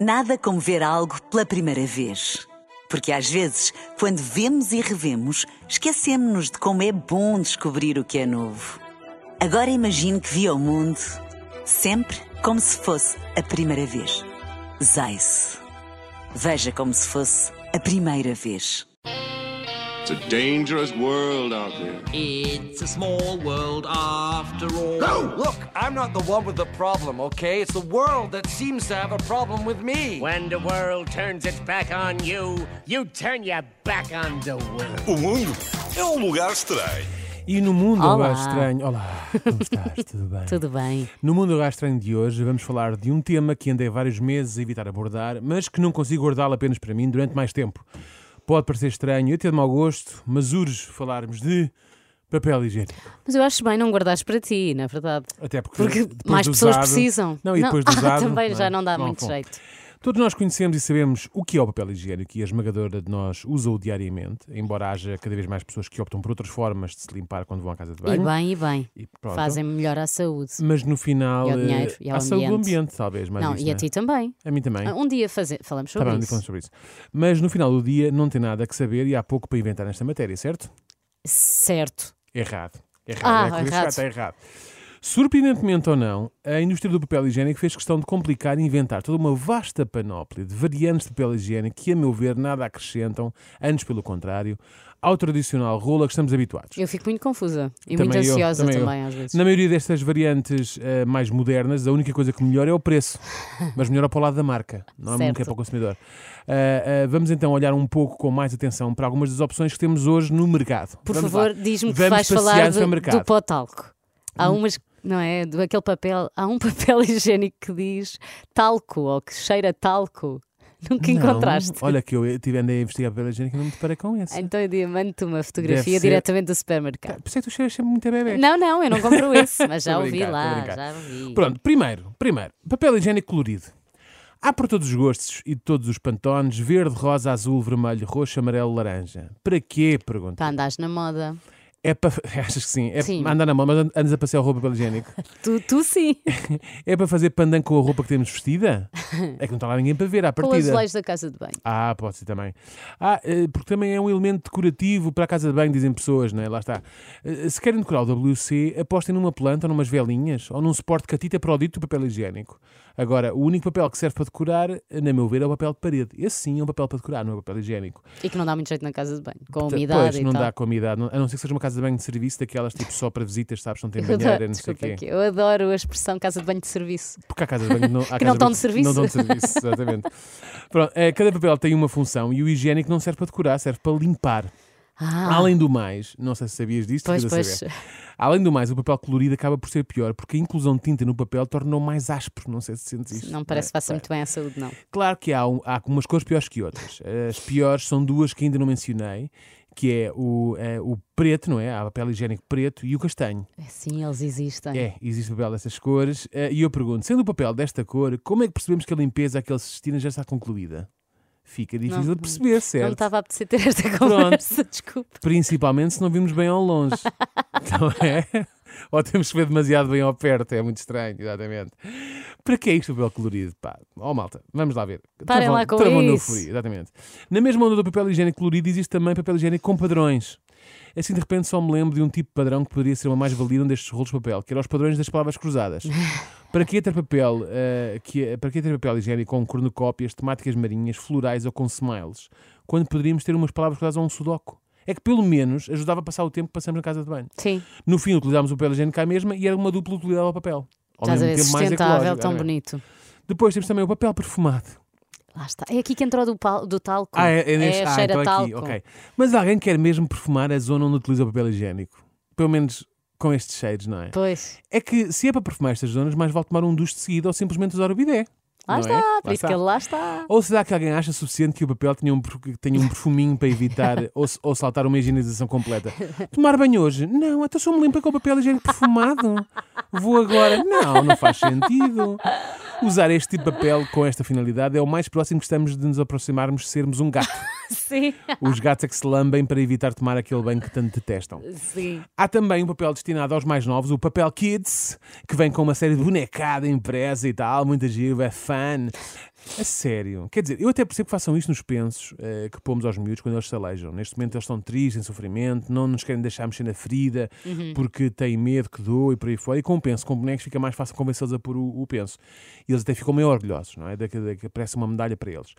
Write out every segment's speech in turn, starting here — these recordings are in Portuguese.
Nada como ver algo pela primeira vez. Porque às vezes, quando vemos e revemos, esquecemos-nos de como é bom descobrir o que é novo. Agora imagine que viu o mundo sempre como se fosse a primeira vez. Zais. Veja como se fosse a primeira vez. It's a dangerous world out there. It's a small world after all. Look, I'm not the one with the problem, okay? It's the world that seems to have a problem with me. When the world turns its back on you, you turn your back on the world. O mundo é um lugar estranho. E no mundo Olá. ao gás estranho. Olá, como estás? Tudo bem? Tudo bem. No mundo ao gás estranho de hoje vamos falar de um tema que andei vários meses a evitar abordar, mas que não consigo guardá-lo apenas para mim durante mais tempo. Pode parecer estranho, até de mau gosto, mas urge falarmos de papel higiênico. Mas eu acho bem não guardares para ti, na verdade. Até porque, Porque depois mais de pessoas usado- precisam. Não, e depois de Ah, usado, também não é? já não dá Não há muito fonte. jeito. Todos nós conhecemos e sabemos o que é o papel higiênico e a esmagadora de nós usa-o diariamente, embora haja cada vez mais pessoas que optam por outras formas de se limpar quando vão à casa de E banho. bem, e bem. E pronto. Fazem melhor à saúde. Mas no final, E ao dinheiro, eh, e ao à saúde do ambiente. ambiente, talvez. Mais não, isto, e a né? ti também. A mim também. Ah, Um dia faze- falamos Tá sobre bem, um dia isso. falamos sobre isso. Mas no final do dia não tem nada que saber e há pouco para inventar nesta matéria, certo? Certo. Errado. Errado. Ah, é a corrigir, errado. Está errado. Surpreendentemente ou não, a indústria do papel higiênico fez questão de complicar e inventar toda uma vasta panóplia de variantes de papel higiênico que, a meu ver, nada acrescentam, antes pelo contrário, ao tradicional rolo a que estamos habituados. Eu fico muito confusa e Também muito eu, ansiosa também eu. às vezes. Na maioria destas variantes eh, mais modernas, a única coisa que melhora é o preço, mas melhora para o lado da marca, não é muito que é Certo. para o consumidor. Ah, ah, vamos então olhar um pouco com mais atenção para algumas das opções que temos hoje no mercado. Por Vamos lá. favor, diz-me que Vamos vais passear falar no do, supermercado. Hum? do pó talco. Há umas, não é? Do aquele papel, há um papel higiênico que diz talco ou que cheira talco. Nunca Não, encontraste. Olha, que eu tive andei a investigar pela higiene que não me deparei com esse. Então eu dia- mando-te uma fotografia Deve ser- diretamente do supermercado. Por isso é que tu cheiras sempre muito a bebê. Não, não, eu não compro esse, mas já Tô a ouvi brincar, tô a lá, brincar. já ouvi. Pronto, primeiro, primeiro, papel higiênico colorido. Há por todos os gostos e de todos os pantones, verde, rosa, azul, vermelho, roxo, amarelo, laranja. Para quê? Pergunta. Para andares na moda. É para. Achas que sim? É Sim. para andar na mão, mas an- andas a passear o roupa papel higiênico. Tu, tu sim, É para fazer pandan com a roupa que temos vestida? É que não está lá ninguém para ver à com os partida. azulejos da casa de banho. Ah, pode ser também. Ah, eh, porque também é um elemento decorativo para a casa de banho, dizem pessoas, não é? Lá está. Eh, Se querem decorar o WC, apostem numa planta, ou numas velinhas, ou num suporte de catita para o dito papel higiênico. Agora, o único papel que serve para decorar, na meu ver, é o papel de parede. Esse sim é um papel para decorar, não é papel higiênico. E que não dá muito jeito na casa de banho, com a Porta- umidade Tá, pois, e não tal. dá com a umidade, não- a não ser que seja uma casa de banho de serviço daquelas tipo só para visitas, sabes? Não tem Eu adoro, banheira, não sei o desculpa quê. aqui, eu adoro a expressão casa de banho de serviço. Porque há casas de banho não, há Que não casas estão de banho Não serviço. estão de serviço, exatamente. Pronto, eh, cada papel tem uma função e o higiênico não serve para decorar, serve para limpar. Ah, Além do mais, não sei se sabias disto, pois, queres pois. saber. Além do mais, o papel colorido acaba por ser pior porque a inclusão de tinta no papel torna-o mais áspero. Não sei se sentes isto. Não parece que faça É, muito bem à saúde, não. Claro que há, um- há umas cores piores que outras. As piores são duas que ainda não mencionei, que é o, eh, o preto, não é? Há papel higiênico preto e o castanho. Sim, É assim, eles existem. É, existe o papel dessas cores. eh, E eu pergunto, sendo o papel desta cor, como é que percebemos que a limpeza àquele cestina já está concluída? Fica difícil de perceber, certo? não me estava a apetecer ter esta conversa, desculpa. Principalmente se não vimos bem ao longe. não é? Ou temos que ver demasiado bem ao perto, é muito estranho, exatamente. Para que é isto o papel colorido? Pá, ó malta, vamos lá ver. Parem lá com travão no isso. frio, exatamente. Na mesma onda do papel higiênico colorido, existe também papel higiênico com padrões. Assim, de repente, só me lembro de um tipo de padrão que poderia ser uma mais-valia num destes rolos de papel, que era os padrões das palavras cruzadas. Para que ter papel, eh, que, para que ter papel higiênico com cornucópias, temáticas marinhas, florais ou com smiles, quando poderíamos ter umas palavras cruzadas ou um sudoku? É que pelo menos ajudava a passar o tempo que passamos na casa de banho. Sim, No fim, utilizámos o papel higiênico cá mesma e era uma dupla utilidade ao papel. Ao estás a mesmo ver, tempo mais sustentável, ecológico, é. tão exatamente. bonito. Depois temos também o papel perfumado. Lá está. É aqui que entrou do, pal- do talco. Ah, é, é neste- ah, então cheira é aqui, talco. ok. Mas alguém quer mesmo perfumar a zona onde utiliza o papel higiênico? Pelo menos com estes cheiros, não é? Pois, É que se é para perfumar estas zonas, mais vale tomar um duche de seguida ou simplesmente usar o bidé. lá não está, é? por isso que ele lá está. Ou será que alguém acha suficiente que o papel tenha um, perfu- tenha um perfuminho para evitar ou, s- ou saltar uma higienização completa? Tomar banho hoje? Não, até só me limpa com papel higiênico perfumado. Vou agora. Não, não faz sentido. Usar este tipo de papel com esta finalidade é o mais próximo que estamos de nos aproximarmos de sermos um gato. Sim, Os gatos é que se lambem para evitar tomar aquele banho que tanto detestam. sim. Há também um papel destinado aos mais novos, o papel Kids, que vem com uma série de bonecada impressa e tal, muita giro, é fun. A sério. Quer dizer, eu até percebo que façam isto nos pensos eh, que pomos aos miúdos quando eles se aleijam. Neste momento eles estão tristes, em sofrimento, não nos querem deixar mexer na ferida Uhum. porque têm medo que dou e por aí fora. E com o penso, com bonecos, fica mais fácil convencê-los a pôr o, o penso. E eles até ficam meio orgulhosos, não é? Da que da que parece uma medalha para eles.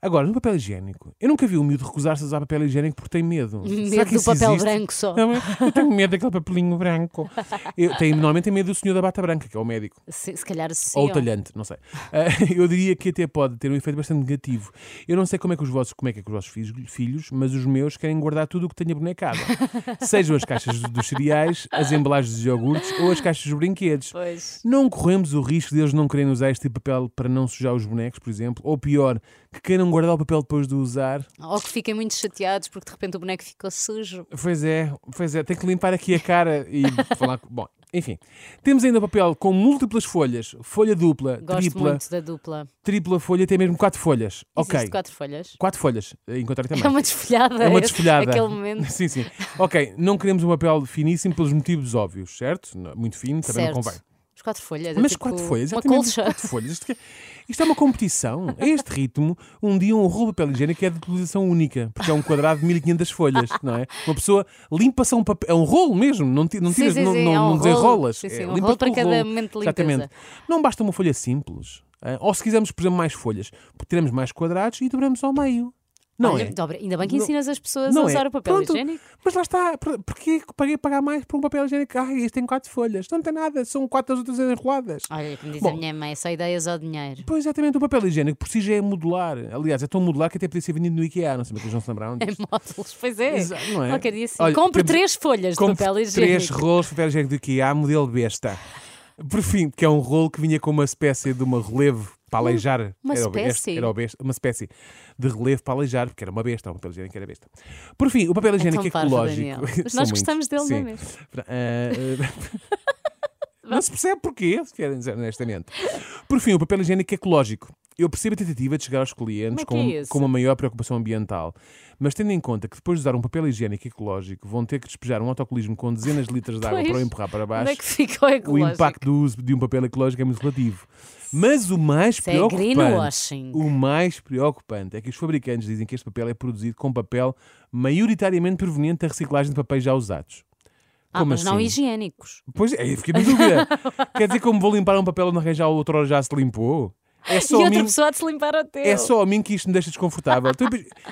Agora, no papel higiênico, eu nunca vi um miúdo recusar-se a usar papel higiênico porque tem medo. Medo do isso papel existe? É branco só. Não, Eu tenho medo daquele papelinho branco. Eu tenho, normalmente tenho medo do senhor da bata branca, que é o médico. Se, se calhar se Ou o talhante, não sei. Ah, eu diria que até pode ter um efeito bastante negativo. Eu não sei como é que os vossos, como é que é que os vossos filhos, filhos, mas os meus querem guardar tudo o que tenha bonecada. Sejam as caixas do- dos cereais, as embalagens dos iogurtes ou as caixas dos brinquedos. Pois. Não corremos o risco deles não quererem usar este tipo de papel para não sujar os bonecos, por exemplo, ou pior, que queiram guardar o papel depois de o usar. Ou que fiquem muito chateados porque de repente o boneco ficou sujo. Pois é, pois é, tem que limpar aqui a cara e falar. com- Bom, enfim. Temos ainda papel com múltiplas folhas, folha dupla, Gosto tripla, muito da dupla. tripla folha, até mesmo quatro folhas. Existe ok. quatro folhas. Quatro folhas, eh, encontrei também. É uma desfolhada. É uma esse- desfolhada. Aquele momento. Sim, sim. Ok, não queremos um papel finíssimo pelos motivos óbvios, certo? Não- Muito fino, também certo. não convém. Mas quatro folhas. é Mas tipo quatro folhas, Uma exatamente, colcha. quatro folhas. Isto, que- isto é uma competição. A este ritmo, um dia um rolo de papel higiênico é de utilização única, porque é um quadrado de 1500 folhas, não é? Uma pessoa limpa-se a um papel, é um rolo mesmo, não, ti- não Sim, tiras, sim, não, sim, não- é um não rolo. desenrolas. Sim, sim, É, um rolo limpa-te para com o cada rolo. momento de limpeza. Exatamente. Não basta uma folha simples. ah, Ou se quisermos, por exemplo, mais folhas, porque tiramos mais quadrados e dobramos ao meio. Não Olha, é? dobra. Ainda bem que Não- ensinas as pessoas a Não é. usar o papel Pronto. higiênico. Mas lá está, por- porquê que paguei pagar mais por um papel higiênico? Ai, este tem quatro folhas, não tem nada, são quatro as outras enroladas. Olha, como diz a Bom. minha mãe, só ideias ao dinheiro. Pois, exatamente, o papel higiênico por si já é modular. Aliás, é tão modular que até podia ser vendido no IKEA, não sei bem que eles não se lembraram É disso. módulos, pois é. Exa- não é? Qualquer dia sim. Olha, Compre temos- três folhas de Compre papel três higiênico. rolos de papel higiênico do IKEA, modelo besta. Por fim, que é um rolo que vinha com uma espécie de uma relevo para aleijar. uma era o besta- espécie? era o besta- uma espécie de relevo para aleijar, porque era uma besta, era um papel higiênico era besta. Por fim, o papel higiênico tão parvo, Então Daniel. ecológico. Mas São nós muitos, gostamos dele, não é sim. mesmo? Ah, ah, não se percebe porquê, se querem dizer honestamente. Por fim, o papel higiênico ecológico. Eu percebo a tentativa de chegar aos clientes Como é que com, um, é isso? com uma maior preocupação ambiental, mas tendo em conta que depois de usar um papel higiênico ecológico vão ter que despejar um autocolismo com dezenas de litros de água Pois. para o empurrar para baixo, Onde é que ficou o ecológico? impacto do uso de um papel ecológico é muito relativo. Mas o mais é preocupante, greenwashing. o mais preocupante é que os fabricantes dizem que este papel é produzido com papel maioritariamente proveniente da reciclagem de papéis já usados. ah, Como mas não assim? higiênicos. Pois é, eu fiquei na dúvida. Quer dizer, como vou limpar um papel onde arranjar o outro já se limpou? É E só, a outra mim, pessoa a se limpar ao teu. é só a mim que isto me deixa desconfortável. Então,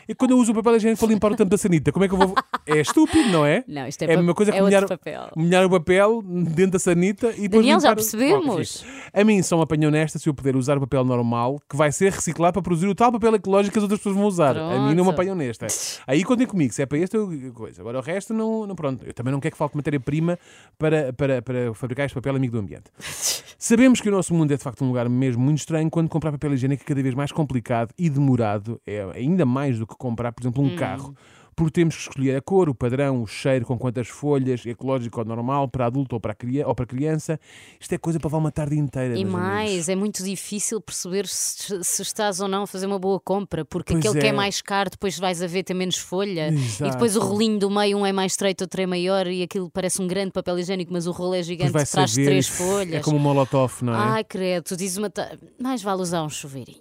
eu- quando eu uso o papel higiênico para limpar o tampo da sanita, como é que eu vou. É estúpido, não é? Não, isto é a pa- mesma coisa é que molhar, outro papel. molhar o papel dentro da sanita e depois. Daniel, já limpar o- percebemos. Bom, enfim. a mim só me apanhou nesta se eu puder usar o papel normal que vai ser reciclado para produzir o tal papel ecológico que as outras pessoas vão usar. A mim não me Pronto. apanham nesta. Aí contem comigo, se é para este, eu coisa. Agora o resto, não, não pronto. Eu também não quero que falte matéria-prima para, para, para fabricar este papel amigo do ambiente. Sabemos que o nosso mundo é de facto um lugar mesmo muito estranho quando comprar papel higiênico é cada vez mais complicado e demorado, é ainda mais do que comprar, por Hum. exemplo, um carro. Porque temos que escolher a cor, o padrão, o cheiro, com quantas folhas, ecológico ou normal, para adulto ou para, cria- ou para criança. Isto é coisa para levar uma tarde inteira. E meus mais, amigos. é muito difícil perceber se, se estás ou não a fazer uma boa compra, porque Pois aquele que é. é mais caro, depois vais a ver tem menos folha, e depois Exato. o rolinho do meio, um é mais estreito, outro é maior, e aquilo parece um grande papel higiênico, mas o rolo é Depois gigante, vai traz saber, três é folhas. como um molotov, não é? Ai, credo, tu dizes uma. ta- Mais vale usar um chuveirinho.